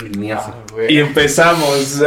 alinearse. Y empezamos.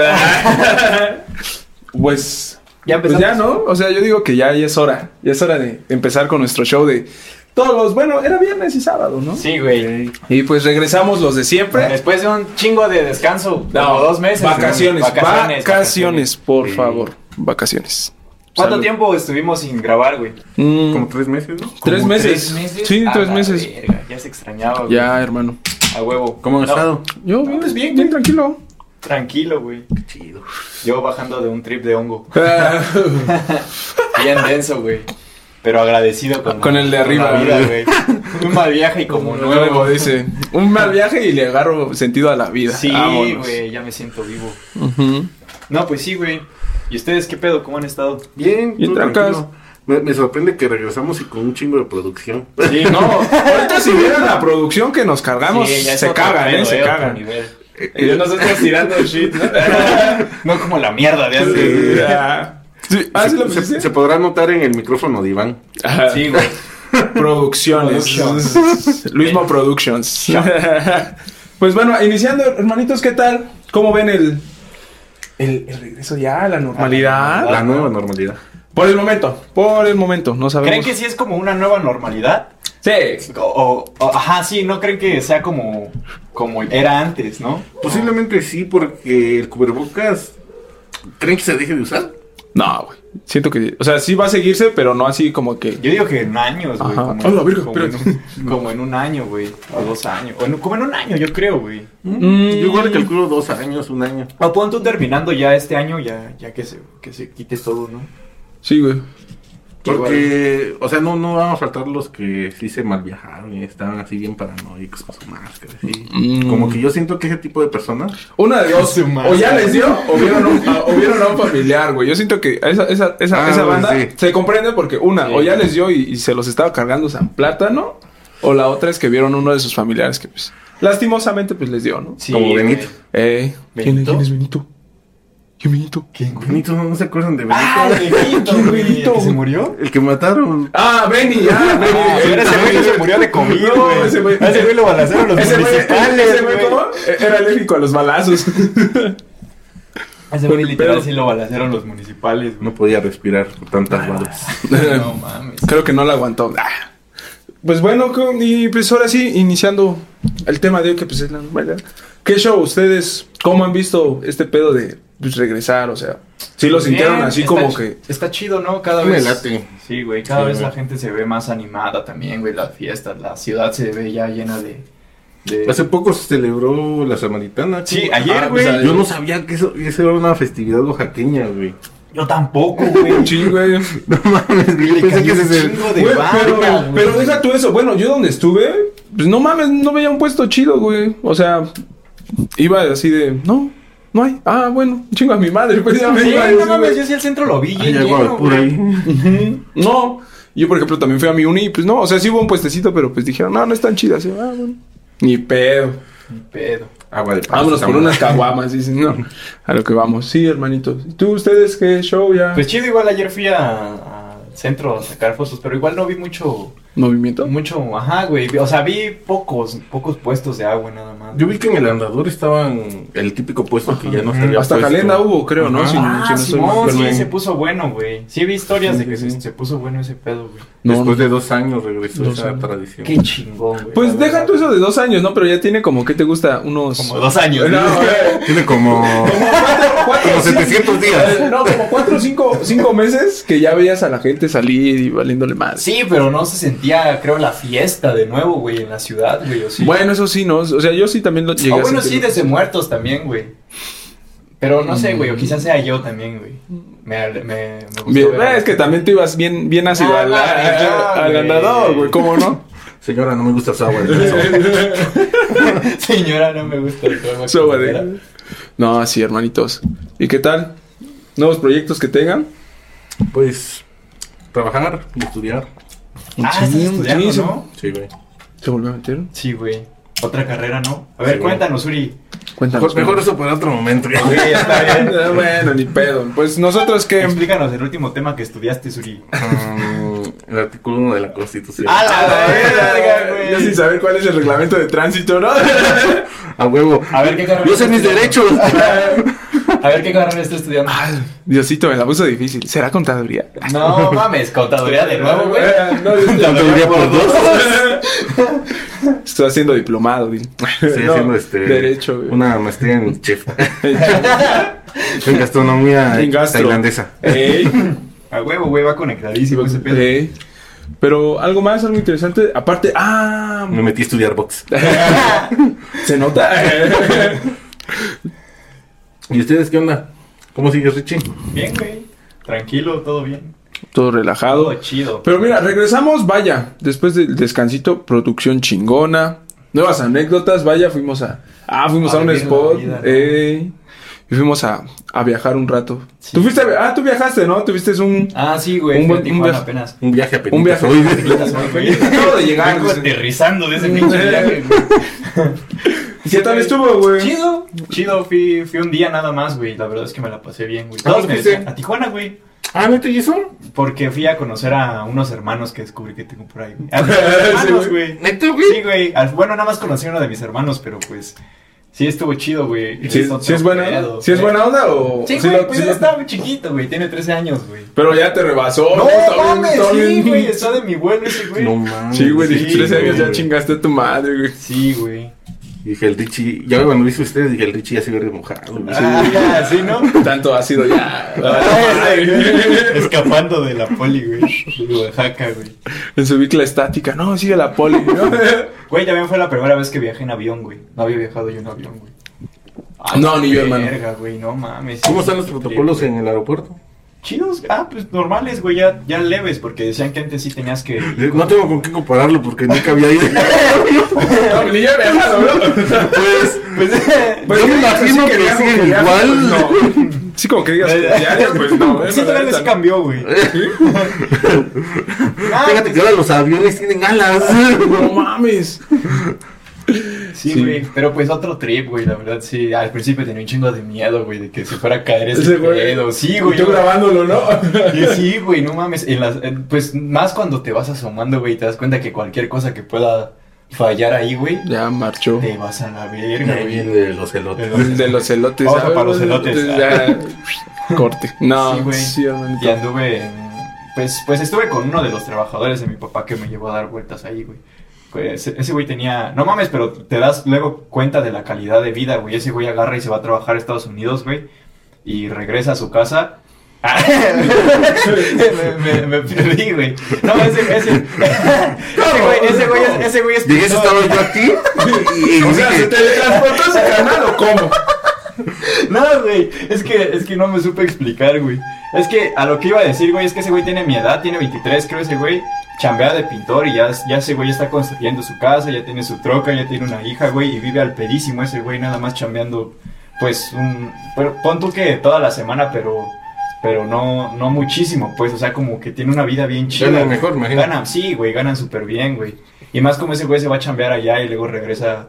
pues. Ya Pues empezamos. ya, ¿no? O sea, yo digo que ya, ya es hora. Ya es hora de empezar con nuestro show de todos los. Bueno, era viernes y sábado, ¿no? Sí, güey. Y pues regresamos los de siempre. Después de un chingo de descanso, como dos meses. Vacaciones, ¿no? vacaciones, por Sí. favor. Vacaciones. ¿Cuánto Salud. tiempo estuvimos sin grabar, güey? Mm, Como tres meses, ¿no? tres meses. Sí, A tres la meses. verga, ya se extrañaba, güey. Ya, hermano. A huevo. ¿Cómo han No, estado? Yo, bien, pues bien, bien tranquilo. Tranquilo, güey. Chido. Yo bajando de un trip de hongo. Ah, Bien denso, güey. Pero agradecido con, Con el de con arriba, la vida, güey. Un mal viaje y como como nuevo, nuevo. dice. Un mal viaje y le agarro sentido a la vida. Sí, Vámonos. güey, ya me siento vivo. Ujú. No, pues sí, güey. ¿Y ustedes qué pedo? ¿Cómo han estado? Bien, Bien tú trancas. tranquilo. Me, me sorprende que regresamos y con un chingo de producción. Sí, no. Ahorita si vieran la producción que nos cargamos, Sí, ya es se otro cagan, pedo, ¿eh? Se otro cagan. nivel. Y nosotros tirando shit, ¿no? No como la mierda de Sí, antes. ah. Sí, ah, sí lo se, pusiste. se podrá notar en el micrófono de Iván. Ajá. Sí, güey. Producciones. Luismo Productions. pues bueno, iniciando, hermanitos, ¿qué tal? ¿Cómo ven el, el, el regreso ya a la normalidad? Ah, La nueva normalidad. Por el momento, por el momento, no ¿Creen sabemos. que sí es como una nueva normalidad? Sí. O, o- o- ajá, sí, no creen que sea como, como era antes, ¿no? Posiblemente sí, porque el cubrebocas. ¿Creen que se deje de usar? No, güey. Siento que, o sea, sí va a seguirse, pero no así como que. Yo digo que en años, güey. Ajá. Como, A la verga, como en, un, como en un año, güey. O dos años. O en- como en un año, yo creo, güey. Mm. Yo igual le calculo dos años, un año. O pon tú terminando ya este año, ya, ya que, se, que se quite todo, ¿no? Sí, güey. Porque, o sea, no, no van a faltar los que sí se mal viajaron y estaban así bien paranoicos con su máscara. así. Mm. Como que yo siento que ese tipo de personas. Una de dos. Su madre. O ya les dio, o vieron, a un- a- o vieron a un familiar, güey. Yo siento que a esa, esa, esa, Ah, esa güey, banda sí. se comprende porque una, Sí. o ya les dio y, y se los estaba cargando San Plátano, o la otra es que vieron uno de sus familiares que, pues, lastimosamente, pues les dio, ¿no? Sí, Como güey. Benito. Eh, ¿quién, ¿Benito? quién es Benito? ¿Quién Benito? Benito, no se acuerdan de Benito. ¡Ah, Benito, ¿Quién, güey! Benito? ¿Que ¿Se murió? El que mataron. Ah, Benny, ah, Benny. Ah, Eh, pero ese güey no se murió de COVID, No, güey. ese güey- A ese güey lo balacearon los Ese güey, municipales, ese güey, ¿cómo? Eh, Era alérgico a los balazos. A Ese güey Pero- literal sí lo balacearon los municipales, güey. No podía respirar por tantas balas. No mames. Creo que no la aguantó. Ah. Pues bueno, co- y pues ahora sí, iniciando el tema de hoy, que pues es la normalidad. ¿Qué show ustedes, cómo han visto este pedo de pues, regresar? O sea, si lo sintieron Bien, así está como ch- que... Está chido, ¿no? Cada Me vez. late. Sí, güey. Cada Sí, vez güey. la gente se ve más animada también, güey. Las fiestas, la ciudad se ve ya llena de. de- Hace poco se celebró la Samaritana. Sí, ¿cómo? ayer, güey. pues, yo no sabía que eso, que eso era una festividad oaxaqueña, güey. Yo tampoco, güey. Sí, güey. No mames, güey. Le Yo pensé cayó que un se chingo de Güey, pero, banda, güey. pero deja tú eso. Bueno, yo donde estuve, pues no mames, no veía un puesto chido, güey. O sea, iba así de, no, no hay. Ah, bueno, chingo a mi madre, pues ya me Sí, iba así, no mames, güey. yo sí al centro lo vi. Ay, algo lleno, de pura güey. ahí. Ujú. No. Yo, por ejemplo, también fui a mi uni y pues no, o sea, sí hubo un puestecito, pero pues dijeron, no, no están chidas. Y yo, ah, bueno. Ni pedo. Pedo. Agua de paz. Vámonos por Tamara. unas caguamas, dicen, no. A lo que vamos. Sí, hermanitos. ¿Y tú, ustedes qué show ya? Pues chido, igual ayer fui a- al centro a sacar fotos, pero igual no vi mucho. ¿Movimiento? Mucho, ajá, güey. O sea, vi pocos, pocos puestos de agua nada más. Yo vi que en el andador estaban el típico puesto que ya no se había Hasta puesto. calenda hubo, creo, ¿no? Ajá. Si- Ah, si no estoy Simón, mal, sí, pero- se puso bueno, güey. Sí vi historias Sí, de que sí, se, sí. se puso bueno ese pedo, güey. No, Después no. de dos años regresó Dos esa años. tradición. Qué chingón, güey. Pues la deja verdad. tú eso de dos años, ¿no? Pero ya tiene como que te gusta unos... Como dos años, No, ¿no? güey. Tiene como, Como cuatro- cuatro o como cinco- 700 días. Eh, No, como cuatro o cinco, cinco meses que ya veías a la gente salir y valiéndole más. Sí, pero no se sentía, creo, la fiesta de nuevo, güey, en la ciudad, güey. O sí. Bueno, eso sí, ¿no? O sea, yo sí también lo llegué O a Ah, bueno, sí, sentir. desde muertos también, güey. Pero no sé, güey, o quizás sea yo también, güey. Me, me, me gustó Mm. Bien, ver a la Ah, es que gente. también tú ibas bien, bien ácido Ah, al, ya, al- al güey. andador, güey, ¿cómo no? Señora, no me gusta esa agua. de calzón. Señora, no me gusta el colmo Eso, güey. culera. No, sí, hermanitos. ¿Y qué tal? ¿Nuevos proyectos que tengan? Pues, trabajar y estudiar. Ah, estás Chin, estudiando, chin, ¿no? Sí, güey. ¿Se volvió a meter? Sí, güey. Otra carrera, ¿no? A ver, Sí, güey. cuéntanos, Uri. Cuéntanos. Mejor, mejor eso para otro momento. ya. Sí, está bien. Ah, bueno, ni pedo. Pues nosotros que... Explícanos el último tema que estudiaste, Suri. Mm, el artículo 1 de la Ah, Constitución. ¡A la eh, verga, güey! Yo sin saber cuál es el reglamento de tránsito, ¿no? A huevo. A ver, ¿qué carrera Yo sé mis estudiando? derechos. A ver qué carrera está estudiando. Ay, Ah, Diosito, me la puso difícil. ¿Será contaduría? No mames, contaduría de nuevo, güey. Eh, No, Diosito, Contaduría por dos. Estoy haciendo diplomado, Dil. Estoy No, haciendo este. Derecho, güey. Una maestría en chef. en gastronomía En gastro. Eh. tailandesa. Ey, A huevo, güey, va conectadísimo ese pedo. ey. Pero algo más, algo interesante. Aparte, ah, Me metí a estudiar box. se nota. ¿Y ustedes qué onda? ¿Cómo sigues, Richie? Bien, güey. Tranquilo, todo bien. Todo relajado. Todo chido. Pero mira, regresamos, vaya, después del descansito, producción chingona, nuevas anécdotas, vaya, fuimos a... Ah, fuimos A a, un vivir la spot, vida, ¿no? ey, y fuimos a, a viajar un rato. Sí. Tú fuiste, a- ah, tú viajaste, ¿no? Tuviste un... Ah, sí, güey. Un fui a buen- un Tijuana viaje- apenas. Un viaje a Un Penitas viaje. hoy. Acabo de llegar, Vengo dice. aterrizando de ese pinche viaje, güey. ¿Qué tal estuvo, güey? Chido, chido, fui, fui un día nada más, güey. La verdad es que me la pasé bien, Ah, güey. ¿A Todos dónde me fuiste? decían, a Tijuana, güey. Ah, ¿no te hizo? Porque fui a conocer a unos hermanos que descubrí que tengo por ahí, güey. A mis hermanos, güey. ¿Neta, Sí, güey. Al- Bueno, nada más conocí a uno de mis hermanos, pero pues sí estuvo chido, güey. ¿Sí, otro sí es buena, pedo, ¿sí es güey. buena onda o...? Sí, sí güey, lo- pues sí ya lo- está muy chiquito, güey. Tiene 13 años, güey. Pero ya te rebasó. No, Oh, Está bien, mames, está sí, bien. güey. Está de mi vuelo ese, güey. No mames. Sí, güey, Sí, 13 años ya güey. chingaste a tu madre, güey. Sí, güey. Dije el Richie. Ya cuando lo hizo ustedes, dije el Richie ya se ve remojado. güey. Ah, sí, ¿no? Tanto ácido ya. Ay, güey. Escapando de la poli, güey. De Oaxaca, güey. En su bicla estática. No, sigue la poli. ¿no? Güey, también fue la primera vez que viajé en avión, güey. No había viajado yo en avión, güey. No, ni yo, hermano. Ah, Verga, güey, no mames. Eh, ¿Cómo están los protocolos en el aeropuerto? Chidos, ah, pues normales, güey, ya, ya leves, porque decían que antes sí tenías que... No tengo con qué compararlo porque nunca había ido. No, ni yo he viajado, bro. pues, pues... Yo me imagino que viajo, siguen viajo, igual. pues, no. Sí, como que digas diario, pues no. sí, la todavía neta, se cambió, güey. Ah, fíjate que ahora los aviones tienen alas. No No mames. Sí, Sí. güey, pero pues otro trip, güey, la verdad, sí. Al principio tenía un chingo de miedo, güey, de que se fuera a caer ese, Ese güey. pedo. Sí, güey. Yo yo- grabándolo, ¿no? Y Sí, güey, no mames. en las- en- pues más cuando te vas asomando, güey, te das cuenta que cualquier cosa que pueda fallar ahí, güey, Ya marchó. te vas a la verga, Ahí güey. viene los elotes. De los elotes. Vamos a ¿sabes? para los elotes. Ya. Corte. No, Sí, güey. sí, hermanito. Y anduve. en- Pues, pues estuve con uno de los trabajadores de mi papá que me llevó a dar vueltas ahí, güey. Pues, ese ese güey tenía. No mames, pero te das luego cuenta de la calidad de vida, güey. Ese güey agarra y se va a trabajar a Estados Unidos, güey. Y regresa a su casa. me, me, me perdí, güey. No, ese, ese, ese, güey, ese güey, es- ese güey es. Llegué, estaba yo aquí. Y O sea, se dije, teletransportó a su canal o cómo? No, güey, es que, es que no me supe explicar, güey. Es que a lo que iba a decir, güey, es que ese güey tiene mi edad, tiene 23, creo ese güey. Chambea de pintor y ya, ya ese güey está construyendo su casa, ya tiene su troca, ya tiene una hija, güey, y vive al pedísimo ese güey, nada más chambeando, pues, un. Pero pon tú que toda la semana, pero. Pero no, no muchísimo, pues, o sea, como que tiene una vida bien chida. Gana güey. mejor, imagino. Gana, sí, güey, ganan súper bien, güey. Y más como ese güey se va a chambear allá y luego regresa.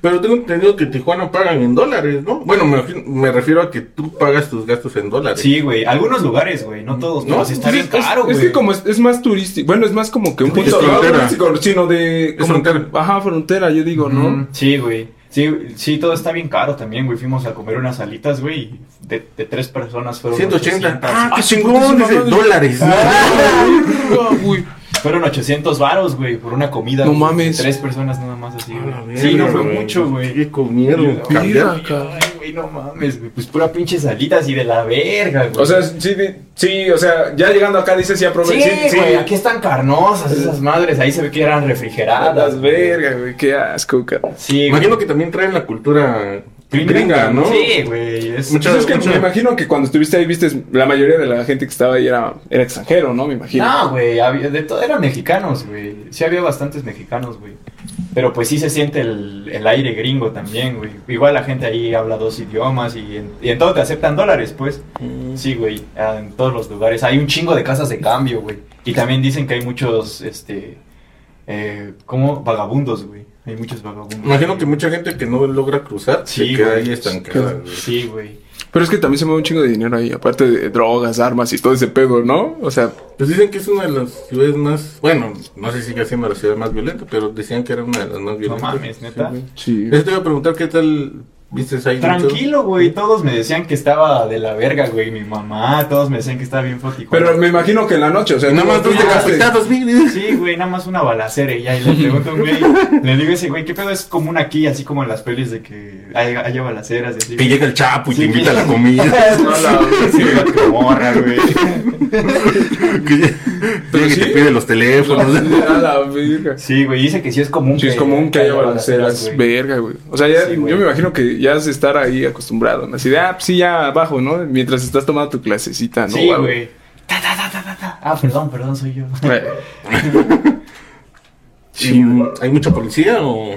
Pero tengo entendido que en Tijuana pagan en dólares, ¿no? Bueno, me, me refiero a que tú pagas tus gastos en dólares. Sí, güey, algunos lugares, güey, no todos, pero sí está es- bien caro, es, güey. es que como es, es más turístico, bueno, es más como que un Es punto frontera. turístico, sino de... Como, frontera. Ajá, frontera, yo digo, ¿no? Mm, Sí, güey. Sí, sí, todo está bien caro también, güey. Fuimos a comer unas alitas, güey. De, de tres personas fueron 180. 800. Ah, qué Ah, chingón, putísima dice, madre. dólares. Ah, Mm. güey. Fueron 800 varos, güey, por una comida. No güey. mames. Tres personas nada más así, A la güey. verga, Sí, no fue güey. mucho, güey. ¿Qué comieron? Mira, Cambiaron. Mira, cabrón. Ay, güey, no mames, güey. Pues pura pinche salitas y de la verga, güey. O sea, sí, di- sí, o sea, ya llegando acá dices, sí, sí, aproveché. güey, aquí están carnosas esas madres. Ahí se ve que eran refrigeradas. Ah, Las güey. vergas, güey, qué asco, cabrón. Sí, güey. Imagino que también traen la cultura Gringa, gringa, ¿no? Sí, güey. Es... Mucha- Pues es que mucho. me imagino que cuando estuviste ahí viste la mayoría de la gente que estaba ahí era, era extranjero, ¿no? Me imagino. No, güey, había- de todo eran mexicanos, güey. Sí había bastantes mexicanos, güey. Pero pues sí se siente el, el aire gringo también, güey. Igual la gente ahí habla dos idiomas y en, y en todo te aceptan dólares, pues. Sí, güey, ah, en todos los lugares. Hay un chingo de casas de cambio, güey. Y también dicen que hay muchos, este, eh, ¿cómo? Vagabundos, güey. Hay muchos vagabundos. Imagino que güey. mucha gente que no logra cruzar Sí, se queda güey. ahí estancada. güey. Sí, güey. Pero es que también se mueve un chingo de dinero ahí, aparte de drogas, armas y todo ese pedo, ¿no? O sea, Pues dicen que es una de las ciudades más. Bueno, no sé si sigue siendo la ciudad más violenta, pero decían que era una de las más No violentas. mames, neta. sí. Eso te iba a preguntar qué tal viste ahí. Tranquilo, güey. Todos me decían que estaba de la verga, güey. Mi mamá, todos me decían que estaba bien fotico. Pero me imagino que en la noche, o sea, Nada más tú dos llegaste- decapitados, mire. pues, Sí, güey, nada más una balacera y ya. Y le pregunto a un güey, le digo a ese güey, ¿qué pedo es común aquí? Así como en las pelis de que hay- haya, balaceras y así. Que llega el chapo y Sí, te invita a la que- comida. No, la güey, sí, la camorra, güey. que llega Pero llega y sí. te pide los teléfonos. A la verga. Sí, güey, dice que sí es común. Sí, es común que haya balaceras, güey. verga, güey. O sea, ya, Sí, güey. yo me imagino que ya has de estar ahí acostumbrado. ¿no? Así de, ah, pues sí, ya abajo, ¿no? Mientras estás tomando tu clasecita, ¿no? Sí, O algo. güey. Ta, ta, ta, ta, ta, ta. Ah, perdón, perdón, soy yo. Eh, Sí, ¿Hay mucha policía o.?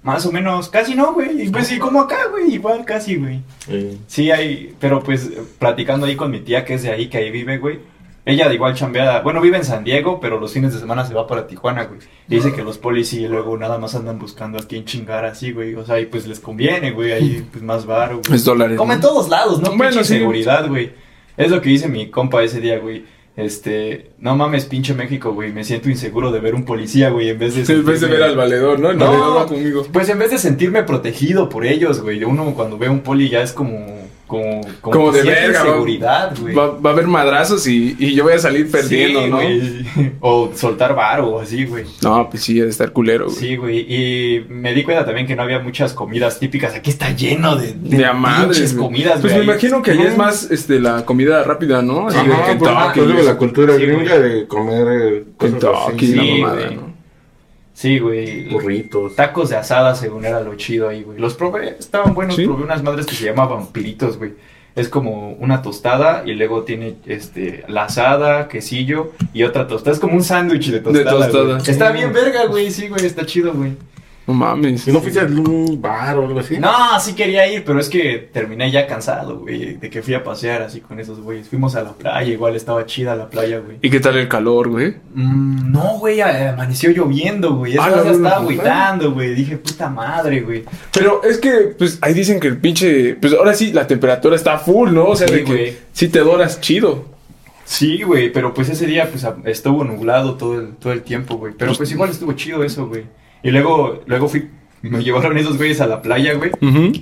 Más o menos, casi no, güey. Y Pues sí, como acá, güey, igual casi, güey. eh, Sí, hay, pero pues platicando ahí con mi tía que es de ahí, que ahí vive, güey. Ella de igual chambeada, bueno, vive en San Diego, pero los fines de semana se va para Tijuana, güey. Y Ah. dice que los polis y luego nada más andan buscando a quién chingar así, güey. O sea, y pues les conviene, güey, ahí pues más varo, güey. Es dólares. Como en Pues, ¿no? todos lados, ¿no? Bueno, pinche sí. seguridad, güey. Es lo que dice mi compa ese día, güey. Este, no mames, pinche México, güey. Me siento inseguro de ver un policía, güey, en vez de... En vez de ver al valedor, ¿no? El No. valedor va conmigo. Pues en vez de sentirme protegido por ellos, güey. Uno cuando ve a un poli ya es como... Como, Como de cierta verga, seguridad, güey. Va, va a haber madrazos y, y yo voy a salir perdiendo, Sí, ¿no? güey. O soltar varo o así, güey. No, pues sí, ha de estar culero, güey. Sí, güey. Y me di cuenta también que no había muchas comidas típicas. Aquí está lleno de, De a madres, pinches güey. comidas, Pues güey. me imagino que allá No. es más este, la comida rápida, ¿no? Así de Ajá, Kentucky, por- ah, por eso de la cultura Sí, gringa de comer eh, cosas Kentucky, así, la Sí, mamada, güey. ¿no? Sí, güey. burritos. Tacos de asada, según era lo chido ahí, güey. Los probé, estaban buenos. Sí. Probé unas madres que se llamaban vampiritos, güey. Es como una tostada y luego tiene este la asada, quesillo y otra tostada. Es como un sándwich de tostada. güey. tostada. Está bien verga, güey. Sí, güey, está chido, güey. No mames. Si no fuiste a un bar o algo así. No, sí quería ir, pero es que terminé ya cansado, güey, de que fui a pasear así con esos güeyes. Fuimos a la playa, igual estaba chida la playa, güey. ¿Y qué tal el calor, güey? Mm, no, güey, eh, amaneció lloviendo, güey. Eso Ah, ya la se luna, estaba ¿no? agüitando, güey. Dije, puta madre, güey. Pero es que, pues, ahí dicen que el pinche... Pues ahora sí, la temperatura está full, ¿no? O sea, Sí, de que güey. si te doras chido. Sí, güey, pero pues ese día pues a- estuvo nublado todo el, todo el tiempo, güey. Pero pues igual estuvo chido eso, güey. Y luego, luego fui, me llevaron esos güeyes a la playa, güey.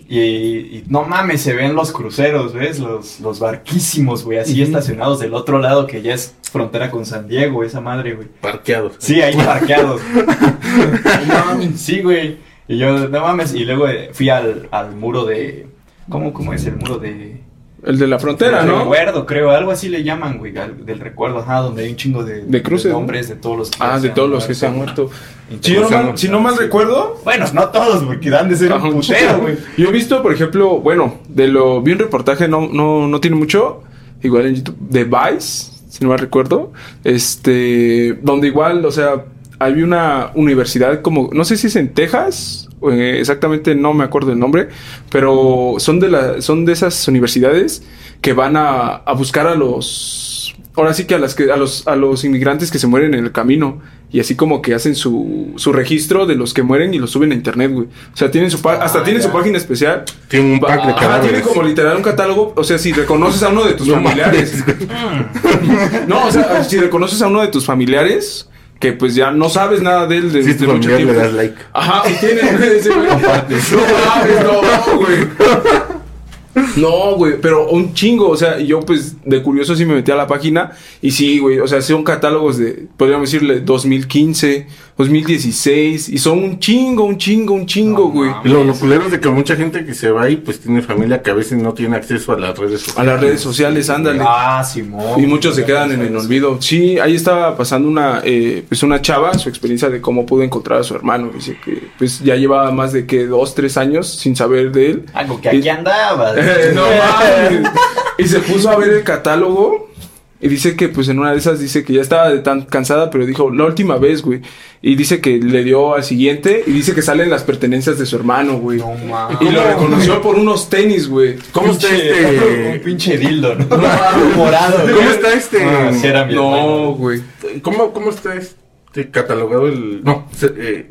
Y, y no mames, se ven los cruceros, ¿ves? Los, los barquísimos, güey, así Ujú. estacionados del otro lado que ya es frontera con San Diego, esa madre, güey. Parqueados. Sí, ahí parqueados. Pues. No mames, sí, güey. Y yo, no mames, y luego eh, fui al, al muro de... ¿Cómo, ¿Cómo es el muro de...? El de la frontera, del ¿no? recuerdo, creo, algo así le llaman, güey, al- del recuerdo, ajá, donde hay un chingo de, De cruces, ¿no? nombres de todos los que Ah, ya de han todos los que se han muerto. Si, pues, yo no Cruzando, mal- si no mal sí. recuerdo... Bueno, no todos, porque dan de ser Ajá, un Ah, un putero, chingo. güey. Yo he visto, por ejemplo, bueno, de lo vi un reportaje, no, no, no tiene mucho, igual en YouTube, de Vice, si no mal recuerdo, este, donde igual, o sea, había una universidad como, no sé si es en Texas, o, eh, exactamente no me acuerdo el nombre, pero son de la, son de esas universidades que van a, a buscar a los ahora sí que a las que a los a los inmigrantes que se mueren en el camino y así como que hacen su, su registro de los que mueren y lo suben a internet, güey. O sea, tienen su pa- hasta Ah, tienen ya. su página especial. Tiene un pack de Ajá, tiene cadáveres. como literal un catálogo, o sea, si reconoces a uno de tus No familiares. no, o sea, si reconoces a uno de tus familiares que pues ya no sabes nada de él desde Si es tu familiar, le das like. Ajá, y tienen ese güey. No mames, no, güey. No, güey, pero un chingo, o sea, yo pues de curioso sí me metí a la página y sí, güey, o sea, son catálogos de, podríamos decirle, 2015, 2016, y son un chingo, un chingo, un chingo, No güey. mames. Lo, lo culero es de que mucha gente que se va ahí, pues tiene familia que a veces no tiene acceso a las redes A sociales. las redes sociales, ándale. Ah, Simón. Y muchos se quedan en el olvido. Sí, ahí estaba pasando una, eh, pues una chava, su experiencia de cómo pudo encontrar a su hermano. Dice que pues ya llevaba más de que dos, tres años sin saber de él. Algo que aquí Y- andabas. Eh, no mames. Y se puso a ver el catálogo. Y dice que, pues, en una de esas dice que ya estaba de tan cansada, pero dijo, la última vez, güey. Y dice que le dio al siguiente. Y dice que salen las pertenencias de su hermano, güey. No mames. y lo reconoció por unos tenis, güey. ¿Cómo está Pinche- Un este? pinche dildo, ¿no? Morado. güey. ¿Cómo está este? Ah, sí era mi No, hermano. güey. ¿Cómo, cómo está este catalogado el. No, se- eh,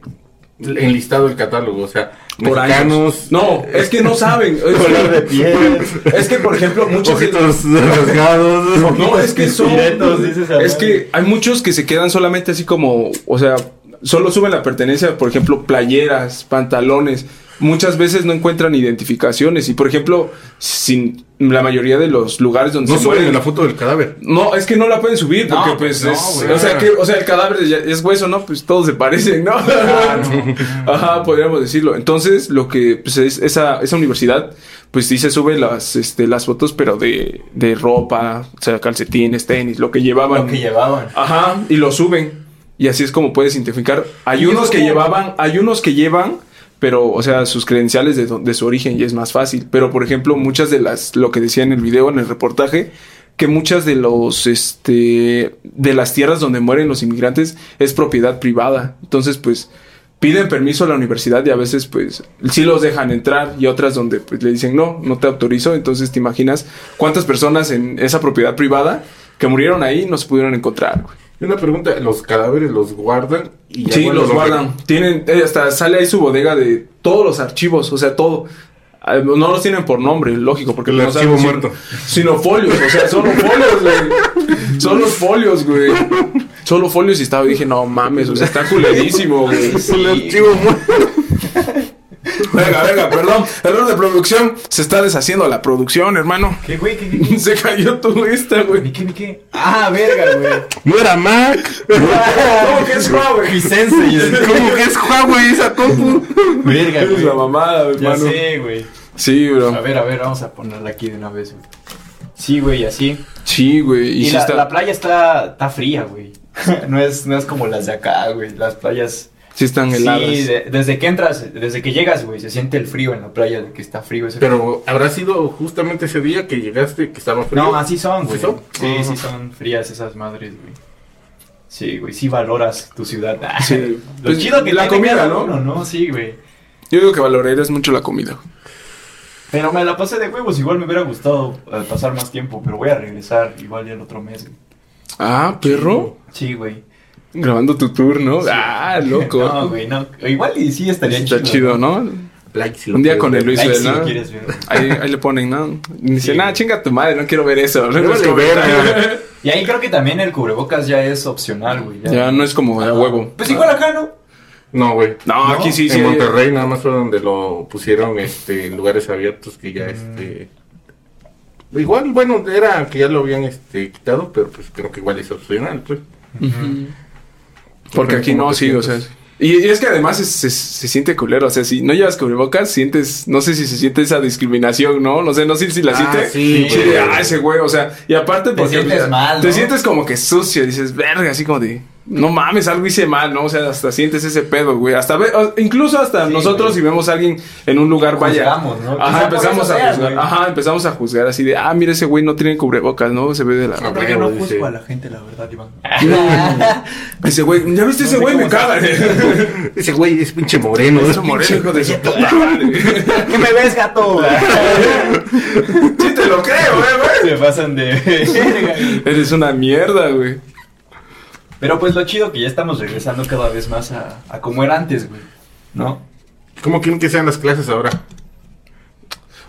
enlistado el catálogo, o sea, Por años. mexicanos. eh, No, es que no saben. Es Color que- de piel. Es que, por ejemplo, muchos. Ojitos rasgados. No, es que son. Piretos, dices, a ver. Es que hay muchos que se quedan solamente así como. O sea, solo suben la pertenencia, por ejemplo, playeras, pantalones. Muchas veces no encuentran identificaciones. Y por ejemplo, sin la mayoría de los lugares donde No se suben mueren. la foto del cadáver. No, es que no la pueden subir porque No, pues no, es, güey. o sea que, o sea, el cadáver ya es hueso, ¿no? Pues todos se parecen, ¿no? Ajá, podríamos decirlo. Entonces, lo que pues es esa, esa universidad pues sí se sube las este las fotos pero de, de ropa, o sea, calcetines, tenis, lo que llevaban. Lo que llevaban. Ajá, y lo suben. Y así es como puedes identificar. Hay Y unos es que como- llevaban, hay unos que llevan, pero, o sea, sus credenciales de, do- de su origen y es más fácil. Pero, por ejemplo, muchas de las, lo que decía en el video, en el reportaje, que muchas de los, este, de las tierras donde mueren los inmigrantes es propiedad privada. Entonces, pues, piden permiso a la universidad y a veces, pues, sí los dejan entrar y otras donde, pues, le dicen, no, no te autorizo. Entonces, te imaginas cuántas personas en esa propiedad privada que murieron ahí no se pudieron encontrar, güey. Y una pregunta, ¿los cadáveres los guardan? Y ya Sí, cuando los guardan. Tienen, eh, hasta sale ahí su bodega de todos los archivos, o sea, todo. Ah, No los tienen por nombre, lógico, porque El no archivo saben, sino- muerto. Sino folios, o sea, solo folios, güey. Solo folios, güey. Solo folios y estaba, dije, no mames, o sea, está culerísimo, güey. El archivo muerto. Venga, venga, perdón. Error de producción. Se está deshaciendo la producción, hermano. ¿Qué, güey? ¿Qué, qué, qué? Se cayó tu lista, ¿Ni güey. qué, ni qué? Ah, verga, güey. No era Mac. ¿Cómo que es Huawei? Gisense, yo sé. ¿Cómo que es Huawei esa compu? Verga, Es la güey. mamada, Ya hermano. sé, güey. Sí, A bro. ver, a ver, vamos a ponerla aquí de una vez, güey. Sí, güey, así. Sí, güey. Y, sí la, está- la playa está, está fría, güey. No es, no es como las de acá, güey. Las playas. Sí están heladas. Sí, de- desde que entras, desde que llegas, güey, se siente el frío en la playa, de que está frío ese Pero habrá sido justamente ese día que llegaste que estaba frío. No, así son, güey. ¿Sí son? Ah. Sí, sí son frías esas madres, güey. Sí, güey, sí valoras tu ciudad. Sí. Lo Pues, chido que la tiene comida, cada ¿no? uno, ¿no? Sí, güey. Yo digo que valorarías mucho la comida. Pero me la pasé de huevos, igual me hubiera gustado eh, pasar más tiempo, pero voy a regresar igual ya el otro mes, güey. Ah, perro. Sí, güey. Grabando tu tour, ¿no? Ah, loco. No, güey, no. Igual y sí estaría Está chido. chido, ¿no? Like, si Un día puedes con ver. el Luis, Like, si ¿verdad? lo quieres ver. güey. Ahí, ahí le ponen, ¿no? Y Dice, Sí. nada, chinga tu madre, no quiero ver eso. No vale verga. Y ahí creo que también el cubrebocas ya es opcional, güey. Ya no es como de a huevo. Pues igual acá, ¿no? No, güey. No, aquí sí, sí. en Monterrey nada más fue donde lo pusieron este, en lugares abiertos que Mm. ya este. Igual, bueno, era que ya lo habían este, quitado, pero pues creo que igual es opcional. Pues. Ujú. Porque aquí no, sí, o sea. Y, y es que además es- se, se siente culero, o sea, si no llevas cubrebocas, sientes, no sé si se siente esa discriminación, ¿no? No sé, no sé si la Ah, siente. sí, Sí, güey. de, ah, ese güey, o sea, y aparte Te porque sientes pues, mal, te ¿no? sientes como que sucio, dices, verga, así como de, no mames, algo hice mal, ¿no? O sea, hasta sientes ese pedo, güey, hasta ve- o- incluso hasta Sí, nosotros güey. si vemos a alguien en un lugar, vaya, Juzgamos, ¿no? Quizá ajá, por empezamos eso a sea, juzgar, güey. ajá, empezamos a juzgar así de, ah, mira ese güey no tiene cubrebocas, ¿no? Se ve de la Ah, No, yo no huevo, dice. juzgo a la gente, la verdad, Iván. Ese güey, ¿ya viste No ese sé güey? Me cómo se caga. Ese güey es pinche moreno. Eso moreno, hijo de su puta madre. ¿Qué me ves, gato? Sí te lo creo, eh, güey. Se pasan de verga. Eres una mierda, güey. Pero pues lo chido que ya estamos regresando cada vez más a, a como era antes, güey. ¿No? ¿Cómo quieren que sean las clases ahora?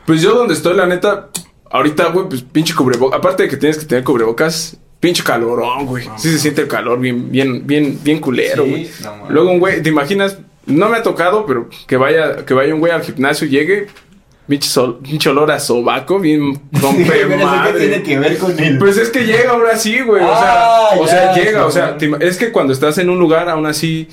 Pues yo donde estoy, la neta, ahorita, güey, pues pinche cubrebocas. Aparte de que tienes que tener cubrebocas, pinche calorón, güey. Sí se siente el calor bien, bien, bien, bien culero, Sí, güey. no mames. Luego un güey, ¿te imaginas? No me ha tocado, pero que vaya, que vaya un güey al gimnasio y llegue. Pinche, sol- pinche olor a sobaco, bien rompe Pero eso madre. qué tiene que ver con el... Pues es que llega ahora sí, güey. O sea, Ah, o ya, sea llega, sí, o sea, güey. te ima- es que cuando estás en un lugar, aún así.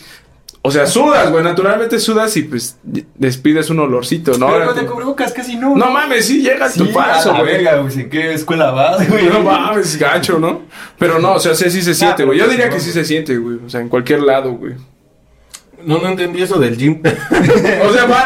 O sea, sudas, güey. Naturalmente sudas y pues y- despides un olorcito, ¿no? Pero Ahora con el tú- cubrebocas casi no. no mames, sí llega Sí, tu paso, a la güey. verga, güey. ¿En qué escuela vas, güey? No mames, gacho, ¿no? Pero no, o sea, sí, sí se siente, pero güey. Yo pues, diría no, que sí güey. se siente, güey. O sea, en cualquier lado, güey. No, no entendí eso del gym. O sea, va.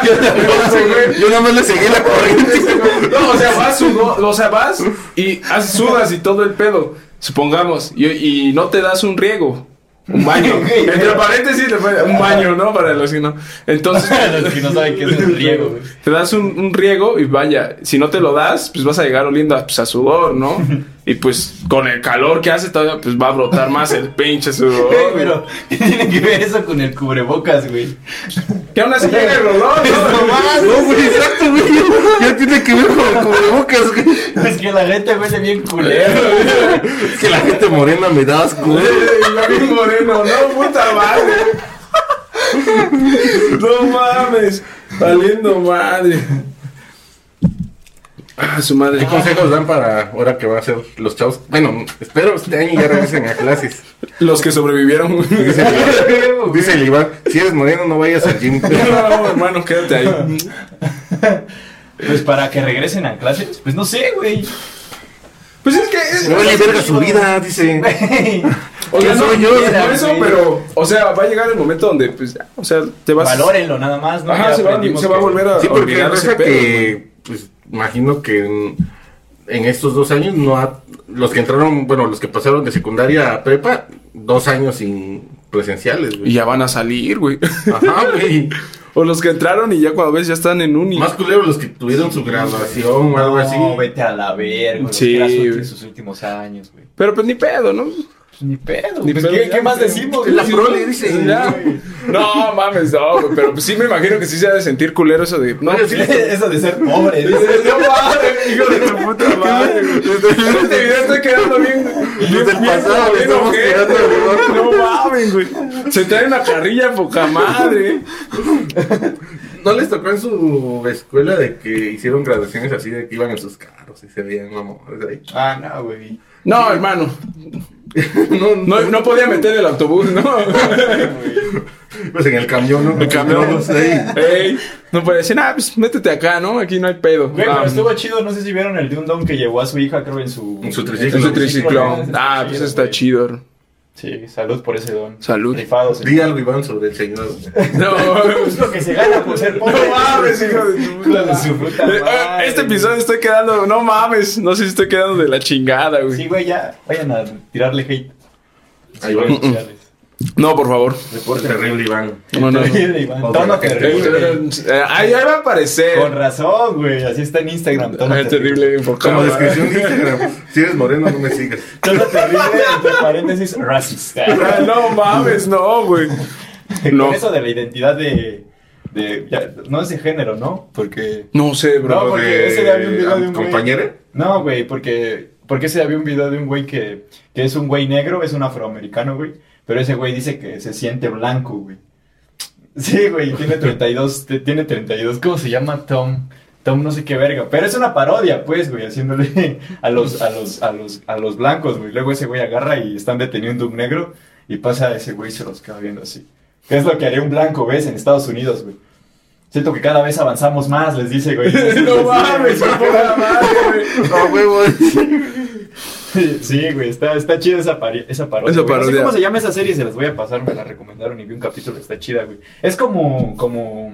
Yo nada más le seguí la corriente. No, o sea, vas, sudo- o sea, vas y haz- sudas y todo el pedo, supongamos, y, y no te das un riego, un baño. Entre paréntesis, le pone un baño, ¿no? Para los que no. Entonces, Para los que no saben qué es el riego, güey. te das un, un riego y vaya, si no te lo das, pues vas a llegar oliendo a, pues, a sudor, ¿no? Y pues con el calor que hace todavía pues va a brotar más el pinche sudor. Güey, pero ¿qué tiene que ver eso con el cubrebocas, güey? Que aún así llega el olor, ¿no? más, no, güey, exacto, güey. Ya tiene que ver con el cubrebocas, güey. Es que la gente huele bien culero. Es que la gente morena me da asco, güey. David Moreno, no, puta madre. No mames, valiendo madre. Ah, su madre. ¿Qué consejos dan para ahora que van a ser los chavos? Bueno, espero este año ya regresen a clases. Los que sobrevivieron. Dice el Iván, dice el Iván, si eres moreno no vayas al gym. No, hermano, quédate ahí. Pues para que regresen a clases, pues no sé, güey. Pues es que. es- No vale verga su vida, dice. o sea, ¿Quién no, soy yo? no Era, eso, güey. pero. O sea, va a llegar el momento donde, pues, ya, o sea, te vas. Valórenlo nada más, ¿no? Ajá, Ya se va, aprendimos se va a que- volver a. Sí, porque olvidar ese pasa pedo, güey. que, pues, imagino que en, en estos dos años no ha- los que entraron, bueno, los que pasaron de secundaria a prepa, dos años sin presenciales, Y güey. ya van a salir, güey. Ajá, güey. O los que entraron y ya cuando ves ya están en uni. Más culero los que tuvieron su graduación o algo así. No, vete a la verga, güey. Sí, Sí, güey. en sus últimos años, güey. Pero pues ni pedo, ¿no? Pues ni pedo. Ni pues, pedo, ¿qué, ya, qué más güey. decimos? Es la güey? prole, dice. Ya. No mames, no, güey, pero pues sí me imagino que sí se ha de sentir culero eso de. No, Oye, sí, Eso de ser pobre, dice. No mames, hijo de tu puta madre, güey. Este video está quedando bien. bien Desde el bien- pasado le bien estamos ojete, tirando el güey. barco. No mames, güey. Se trae una carrilla poca madre. ¿No les tocó en su escuela de que hicieron graduaciones así de que iban en sus carros y se veían amores ahí? Ah, no, güey. No, hermano. No, No, no podía meter el autobús, ¿no? Pues en el camión, ¿no? El camión. Eh. No, sí. Ey, no puede decir, ah, pues métete acá, ¿no? Aquí no hay pedo. Güey, Ah, pero estuvo chido, no sé si vieron el de un don que llevó a su hija, creo, en su... En su triciclo. Es un ¿no? triciclo. Ese Ah, pues está güey. chido. Sí, salud por ese don. Salud. Rifado, Di señor. algo, Iván, sobre el señor. No, Es lo que se gana por ser pobre. No mames, hijo de tu puta de su puta Eh, madre. Este episodio estoy quedando, no mames, no sé si estoy quedando de la chingada, güey. Sí, güey, ya. Vayan a tirarle hate. Ahí va. redes sociales. No, por favor. Por terrible, Iván. No, no. Terrible, Iván. Ok. Tono terrible. Eh, Ahí, ahí va a aparecer. Con razón, güey. Así está en Instagram. Tono Ah, es terrible enfocado. Como descripción de Instagram. Si eres moreno, no me sigas. Tono terrible, entre paréntesis, racista. Ah, No mames, no, güey. No. Con eso de la identidad de... de ya, no es de género, ¿no? Porque... No sé, No, bro. porque ese día había un video de un güey. compañero. No, güey, porque, porque ese había un video de un güey que, que es un güey negro, es un afroamericano, güey. Pero ese güey dice que se siente blanco, güey. Sí, güey, tiene 32, te- tiene 32, ¿cómo se llama? Tom, Tom no sé qué verga. Pero es una parodia, pues, güey, haciéndole a los, a los, a los, a los blancos, güey. Luego ese güey agarra y están deteniendo a un negro y pasa ese güey y se los queda viendo así. ¿Qué es lo que haría un blanco, ves, en Estados Unidos, güey? Siento que cada vez avanzamos más, les dice, güey. No mames, puta madre, güey. No, huevo. Sí, güey, está, está chida esa, pari- esa parodia. Esa güey. No sé parodia. cómo se llama esa serie, se las voy a pasar, me la recomendaron y vi un capítulo, está chida, güey. Es como, como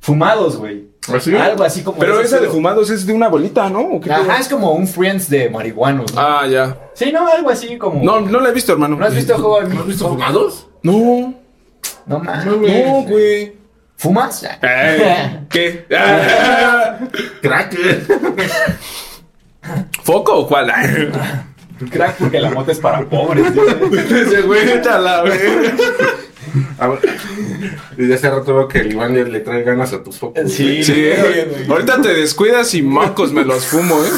fumados, güey. ¿Así? Algo así como... Pero ese esa de estilo. fumados es de una bolita, ¿no? ¿O qué pedo? Ajá, es como un Friends de marihuanos. güey. Ah, ya. Sí, no, algo así como... No, no la he visto, hermano. ¿No has visto juego de ¿No has visto México? fumados? No, No, mames. no, güey. ¿Fumas? Ey, ¿Qué? Ah, Crack. eh. ¿Foco o cuál? Crack, porque la moto es para pobres. yo sé. Ese güey, échala, güey. A ver, Desde hace rato veo que el Iván le, le trae ganas a tus focos. Sí, Sí, güey, eh. güey. ahorita te descuidas y mocos me los fumo, ¿eh?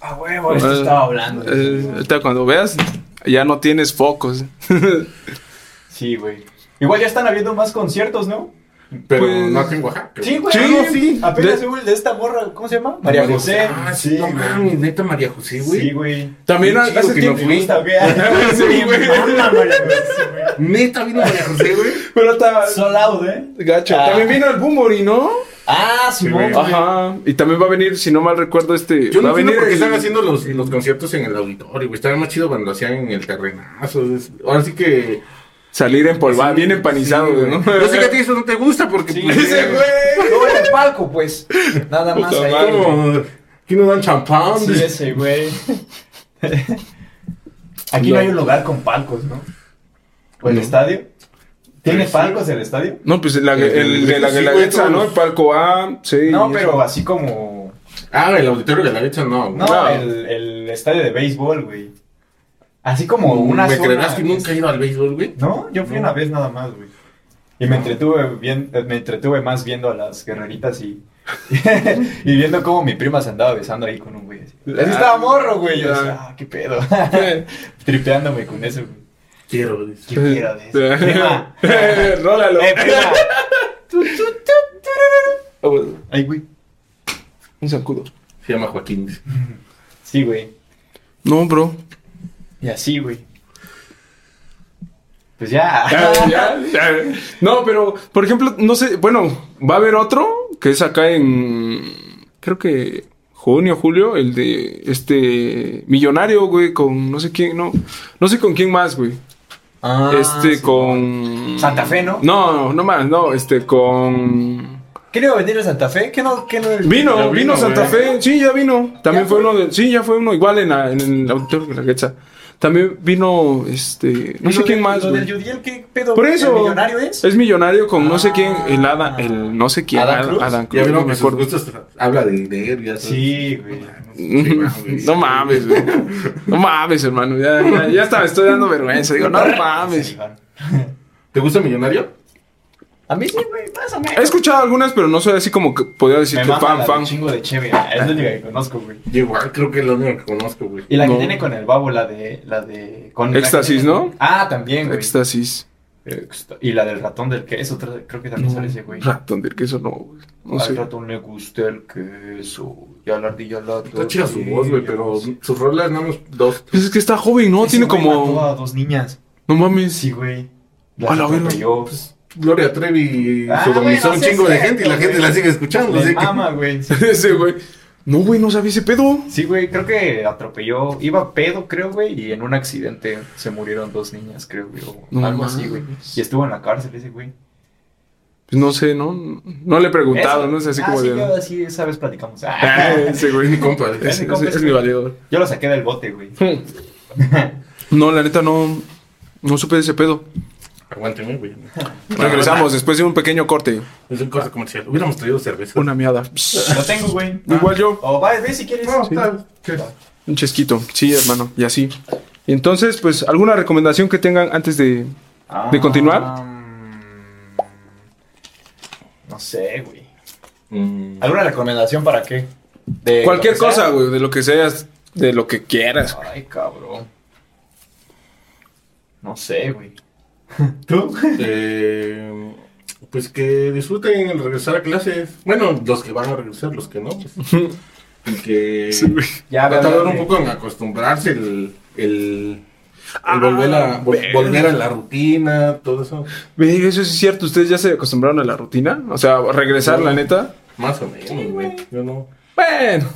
A huevo, esto estaba hablando. Eh, ahorita cuando veas, ya no tienes focos. Sí, güey. Igual ya están habiendo más conciertos, ¿no? Pero Pues- no aquí en Oaxaca. Sí, güey. Sí, ah, no, sí. Apenas De- hubo el de esta morra, ¿cómo se llama? María José. Ah, sí, no mames, neta María José, güey. Sí, güey. También Qué hace chido que tiempo- no fui. ¿Está bien? Sí, güey. Hola, María José, güey. Neta vino María José, güey. Pero está So loud, ¿eh? gacho. Ah. También vino el Boomery, ¿no? Ah, sí, Sí, güey. güey. Ajá. Y también va a venir, si no mal recuerdo, este. Yo va no a venir entiendo por qué el- están haciendo los, los conciertos en el auditorio, güey. Estaba más chido cuando lo hacían en el terrenazo. es- Ahora sí que... salir Pues empolvado, bien empanizado, Sí, güey. ¿no? Yo sé que a ti eso no te gusta porque... Sí. pues, Ese güey. No en el palco, pues. Nada más Puta ahí. madre. Como, Aquí no dan champán. Sí, ese, güey. Aquí no. hay un lugar con palcos, ¿no? ¿O el No. estadio? ¿Tiene Sí. palcos el estadio? No, pues la- El- el de la sí, güey, Guelaguetza, todos. ¿no? El palco A, sí. No, y pero eso. así como. Ah, el auditorio de la derecha no. No, No. El, el estadio de béisbol, güey. Así como una ¿Me zona- creerás Mm, que nunca he ido al béisbol, güey? No, yo fui No. una vez nada más, güey. Y me entretuve, bien, me entretuve más viendo a las guerreritas y, y viendo cómo mi prima se andaba besando ahí con un güey. Así, Así estaba morro, güey. Yo decía, ah, qué pedo. Tripeándome con eso, güey. Quiero, güey. ¿Qué quiero de eso? Prima. Rólalo. Eh, prima. Tu, tu, tu, turururu. Ah, bueno, Ay, güey. Un sacudo. Se llama Joaquín. dice. Sí, güey. No, bro. Y así, güey. Pues ya. Ya, ya, ya. No, pero, por ejemplo, no sé, bueno, va a haber otro que es acá en, creo que junio, julio, el de este millonario, güey, con no sé quién, no, no sé con quién más, güey. Ah, este, sí. con... Santa Fe, ¿no? No, no, no más, no, este, con... ¿Qué le iba a venir a Santa Fe? ¿Qué no? ¿Qué no? Vino, vino, vino, Santa güey. Fe, sí, ya vino. También ¿Ya fue fue? uno de, sí, ya fue uno, igual en, la- en el auditorio de la Guetza. También vino, este, no ¿Y sé lo quién del- más, ¿Lo güey. del Yudiel qué pedo? Por güey? eso. ¿El millonario es? millonario con no sé quién, el Ah. Adam, el no sé quién, ¿Adam Adam Cruz? Adam Ya Cruz, no vieron me que sus acuerdo. gustos habla de dinero, ya sabes. Sí, güey. Sí, güey. No mames, güey. No mames, hermano. Ya, ya, ya hasta me estoy dando vergüenza. Digo, no mames. ¿Te gusta Millonario? A mí sí, güey, más o menos. He escuchado algunas, pero no soy así como que podría decir Me que mama la fan, de fan. chingo de cheve. ah, Es la única que conozco, güey. Yo igual creo que es la única que conozco, güey. Y la No. que tiene con el babo, la de... La de con la Éxtasis, que- ¿no? Ah, también, güey. Éxtasis. Éxta- Y la del ratón del queso, otra- creo que también sale ese, güey. Ratón del queso, no, güey. No Al sé. ratón le gusta el queso. Y a la ardilla la... Está chida su voz, güey, pero sus rolas nada más dos. Pues es que está joven, ¿no? Tiene Mató como. a dos niñas. No mames. Sí, güey. A la verga. atropelló. pues, Gloria Trevi Ah, sodomizó bueno, un sí chingo es de cierto, gente y la güey. gente la sigue escuchando. Le así que- mama, güey. Sí. Ese, güey. No, güey, no sabía ese pedo. Sí, güey, creo que atropelló, iba pedo, creo, güey, y en un accidente se murieron dos niñas, creo, güey, o No algo así, güey. mames. Y estuvo en la cárcel ese güey. Pues no sé, ¿no? No le he preguntado, Eso. ¿no? Es así Ah, como sí, de. yo así esa vez platicamos. Ah, Ah, ese Es mi güey. compa. güey. Ese, ese es mi valedor. yo lo saqué del bote, güey. No, la neta no. No supe de ese pedo. Aguánteme, güey. Regresamos después de un pequeño corte. Es un corte comercial. Hubiéramos traído cerveza. Una miada. Lo tengo, güey. Igual yo. O va, ve si quieres. No, está- ¿qué? Un chesquito. Sí, hermano. Y así. Y entonces, pues, ¿alguna recomendación que tengan antes de. Ah, ¿De continuar? mm, No sé, güey. Mm. ¿Alguna recomendación para qué? De Cualquier lo que sea? cosa, güey. De lo que seas. De lo que quieras. Ay, cabrón. No sé, güey. ¿Tú? Eh, pues que disfruten el regresar a clases. Bueno, los que van a regresar, los que no. pues. Y que Sí, güey. Ya, ve tratar un hablando de- poco en acostumbrarse el, el, el Ah, volver, a, vol- verga. volver a la rutina, todo eso. Ve, Eso sí es cierto. ¿Ustedes ya se acostumbraron a la rutina? O sea, regresar, la neta. Más o menos, güey. Yo no. Bueno.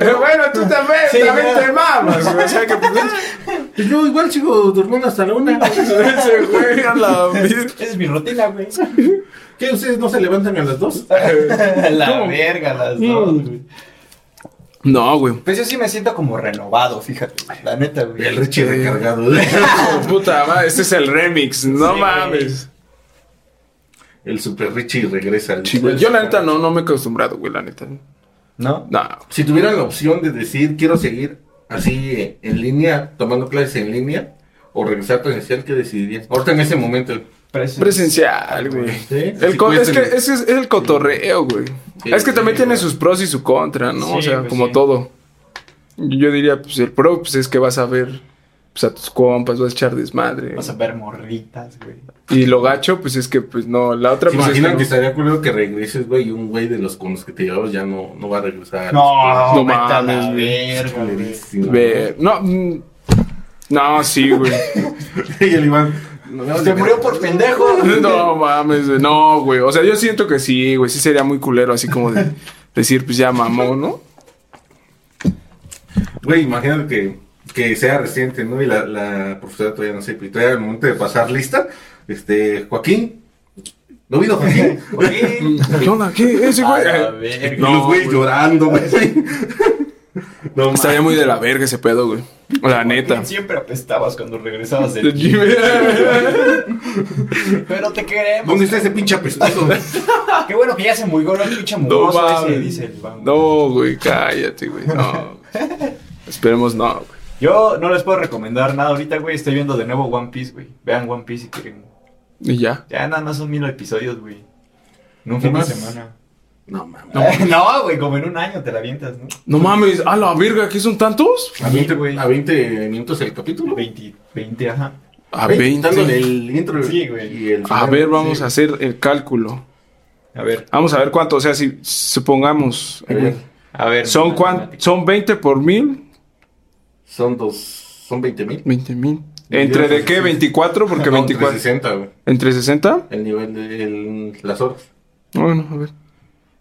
Pero bueno, tú también. Sí, también güey. te mamas. güey. O sea, que pues, Yo igual sigo durmiendo hasta la una. Ese güey a la vir- Esa es mi rutina, güey. ¿Qué ustedes no se levantan a las dos? la ¿Cómo? verga, las dos, güey. No, güey. Pues yo sí me siento como renovado, fíjate. güey. La neta, güey. El Richie recargado. Puta madre, este es el remix. No Sí, mames. El super Richie regresa. Sí, güey. Yo la neta no, no me he acostumbrado, güey, la neta. ¿No? No. Si tuvieran la opción de decir, quiero seguir así eh, en línea, tomando clases en línea, o regresar presencial, ¿qué decidirías? Ahorita en ese momento. Presen- Presencial, güey. Sí, El sí co- puede es que ser. ese es el cotorreo, güey. Sí, es que sí, también tiene güey. sus pros y su contra, ¿no? Sí, o sea, pues como sí. todo. Yo diría, pues el pro pues, es que vas a ver pues, a tus compas, vas a echar desmadre. Vas a ver morritas, güey. Y lo gacho, pues es que, pues no, la otra ¿Se pues es imaginan que no. estaría curioso que regreses, güey, y un güey de los con los que te llevabas ya no, no va a regresar? No, No vete a la mames, güey. verga, güey. Culerísimo. Ver- No, mm, no, sí, güey. y el Iván... no, Se no, murió por pendejo. No mames, güey. No, güey. O sea, yo siento que sí, güey. Sí sería muy culero, así como de decir, pues ya mamó, ¿no? Güey, imagínate que, que sea reciente, ¿no? Y la, la profesora todavía no sé, y todavía al momento de pasar lista, este, Joaquín, no vino Joaquín. Güey. ¿Qué onda? ¿Qué? Ese A güey. la Eh, verga. No, los güeyes llorando, güey. No Estaría mames. muy de la verga ese pedo, güey. La neta. Siempre apestabas cuando regresabas del gym. ¿Dónde Pero te queremos. ¿Dónde está ese pinche apestado? Qué bueno que ya se murió el pinche No, mugroso ese, mames. dice el Van. No, güey, cállate, güey. No. güey. Esperemos no, güey. Yo no les puedo recomendar nada ahorita, güey. Estoy viendo de nuevo One Piece, güey. Vean One Piece si quieren. Y ya. Ya nada más son mil episodios, güey. En un fin de más? semana. No mames. No, güey, como en un año te la avientas, ¿no? No mames, a la verga, ¿qué son tantos? A, Sí, 20, güey. a 20 minutos el capítulo. 20, 20, ajá. A Ve, quitándole 20. el intro Sí, güey. y el A final, ver, vamos sí. a hacer el cálculo. A ver, Vamos a ver cuánto, o sea, si supongamos. A ver, a ver. Son, cuan, cuántos? son 20 por mil. Son dos. Son 20 mil. 20 mil. ¿Entre de qué? 24, porque No, 24. 60, güey. ¿Entre 60? El nivel de el- las horas. Bueno, a ver.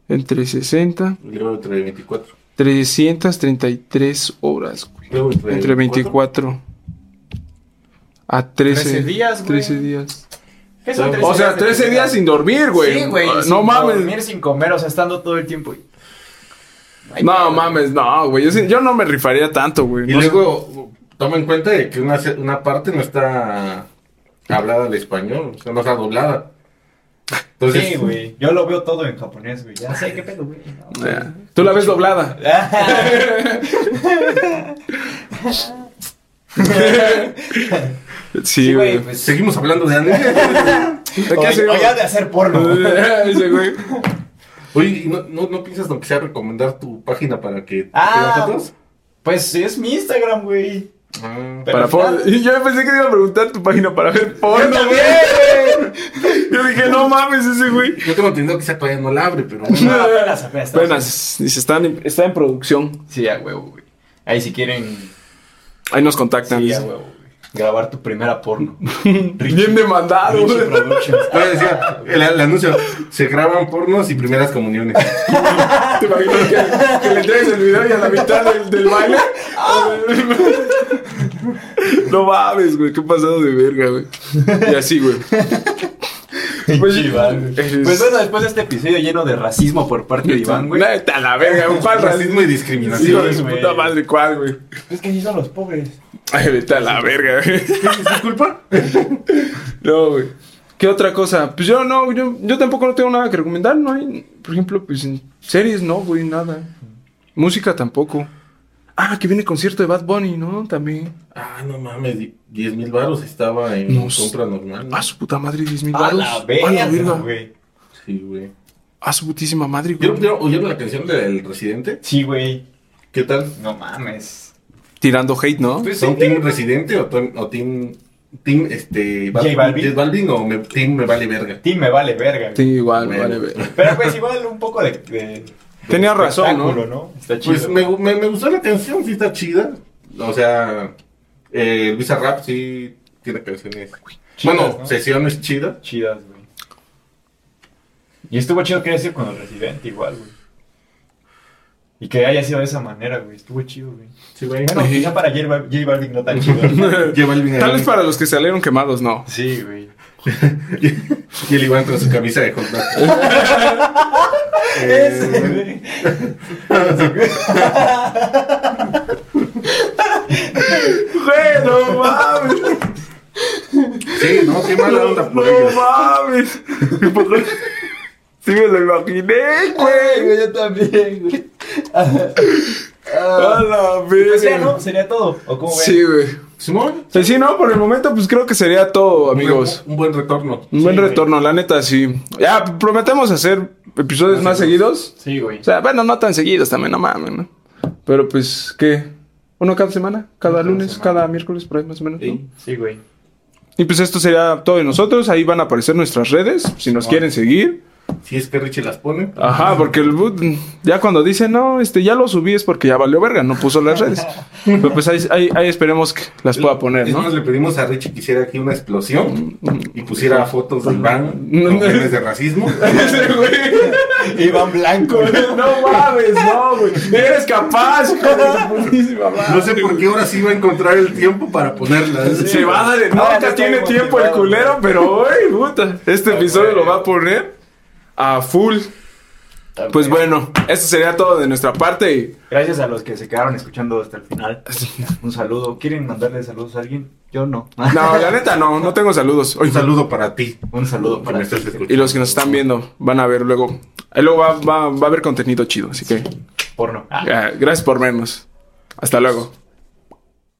Entre 60, Y Luego entre 24. 333 horas, güey. Luego entre, Entre 24 a 13, 13 días, güey. 13 días. ¿Qué son O sea, de 13 días sin dormir, güey. Sí, güey. Ah, sin No mames. Dormir sin comer, o sea, estando todo el tiempo. y- Ay, No cabrón. mames, no, güey. Yo, sí- yo no me rifaría tanto, güey. Y No sé. luego toma en cuenta de que una, se- una parte no está hablada al español, o sea, no está doblada. Pues Entonces, Sí, güey. Yo lo veo todo en japonés, güey. Ya sé qué pedo, güey. No, güey. Eh, Tú la ves doblada. Sí, Sí, güey. güey. Pues, Seguimos hablando de anime. ¿De qué se- o, o ya de hacer porno. Ese güey. Oye, ¿y ¿no, no, no piensas lo que sea recomendar tu página para que te Ah. vean fotos? Pues es mi Instagram, güey. Ah, Pero Para ya- por- Y yo pensé que te iba a preguntar tu página para ver porno, Yo güey. también, Yo dije, no mames, ese güey. Yo tengo entendido que sea todavía no la abre, pero güey. bueno. No, apenas, apenas. Buenas, dice, está en, está en producción. Sí, a huevo, güey. Ahí si quieren. Ahí nos contactan. Sí, a huevo, güey. Grabar tu primera porno. Bien demandado. Richie güey. Productions. Yo decía, el, el anuncio, se graban pornos y primeras comuniones. Te imaginas que, que le entregues el video y a la mitad del, del baile. No mames, güey, qué pasado de verga, güey. Y así, güey. Pues, Pinche Iván, güey. pues bueno, después de este episodio lleno de racismo por parte de Este, Iván, güey. Neta, a la verga, un par Racismo y Sí, Hijo discriminación. de su güey. puta madre, ¿cuál, güey? Es que sí son los pobres. Ay, vete a la verga, güey. Disculpa. No, güey. ¿Qué otra cosa? Pues yo no, yo, yo tampoco no tengo nada que recomendar, no hay, por ejemplo, pues en series no, güey, nada. Música tampoco. Ah, que viene concierto de Bad Bunny, ¿no? También. Ah, no mames, 10 mil baros estaba en Nos- compra normal. Ah, su puta madre, 10 mil A baros. la verga, güey. Sí, güey. A su putísima madre, güey. ¿Vieron, vieron- oyeron la canción del Residente? Sí, güey. ¿Qué tal? No mames. Tirando hate, ¿no? Pues ¿Son sí, Team Residente o, ton- o Team. Team, este. J Balvin? J o me- Team Me Vale Verga? Tim me vale verga. Sí, güey. igual, Bueno. vale, güey. Pero pues igual un poco de. de- Tenía de razón, ¿no? espectáculo, ¿no? Está chido. Pues me, gu- me, me gustó la canción, sí está chida. O sea, eh, Luisa Rap sí tiene canciones. Chidas, bueno, ¿no? sesiones chidas. Chidas, güey. Y estuvo chido que haya sido con el residente igual, güey. Y que haya sido de esa manera, güey. Estuvo chido, güey. Sí, güey. Bueno, Ajá. quizá para J Bal- J Balvin no tan chido. ¿no? J Balvin Tal ahí. vez para los que salieron quemados, no. Sí, güey. Y el Iván con su camisa de hot dog. Ese, Eh, güey. Güey, no mames, Sí, no, qué mala onda por ellos. mames. Sí me lo imaginé, Güey, güey, yo también, güey. A Ah, la pues ya, verga. ¿no? Sería todo. ¿O cómo ven? Sí, güey. Simón, Pues sí, no, por el momento, pues creo que sería todo, amigos. Mm. Un, buen retorno. Un buen Sí, güey. retorno, la neta, sí. Ya, prometemos hacer episodios más seguidos. Sí, güey. O sea, bueno, no tan seguidos también, no mames, ¿no? Pero pues, ¿qué? ¿Uno cada semana? ¿Cada lunes? semana. ¿Cada miércoles? Por ahí más o menos. ¿no? Sí. Sí, güey. Y pues esto sería todo de nosotros. Ahí van a aparecer nuestras redes, si nos Simón. quieren seguir. Si es que Richie las pone. Ajá, porque el boot, ya cuando dice, no, este, ya lo subí es porque ya valió verga, no puso las redes. Pero pues ahí, ahí, ahí esperemos que las pueda poner, Es ¿no? Mm. más, le pedimos a Richie que hiciera aquí una explosión y pusiera fotos de Iván con memes de racismo. Ese güey. Iván Blanco. No mames, no, güey. Eres capaz, hijo de su putísima madre. No sé por qué ahora sí va a encontrar el tiempo para ponerlas. Se va a dar. No, Ahora ahorita sí tiene estoy tiempo el motivado, culero, pero hoy, puta. Este episodio güey. lo va a poner a full. Pues bueno, esto sería todo de nuestra parte. y- Gracias a los que se quedaron escuchando hasta el final. Un saludo. ¿Quieren mandarle saludos a alguien? Yo no. No, la neta no, no tengo saludos. Hoy Un saludo para ti. Un saludo para este me ti. estás escuchando. Y los que nos están viendo van a ver luego. Ahí luego va, va- va a haber contenido chido, así que Porno. Ah. eh, gracias por vernos. Hasta luego.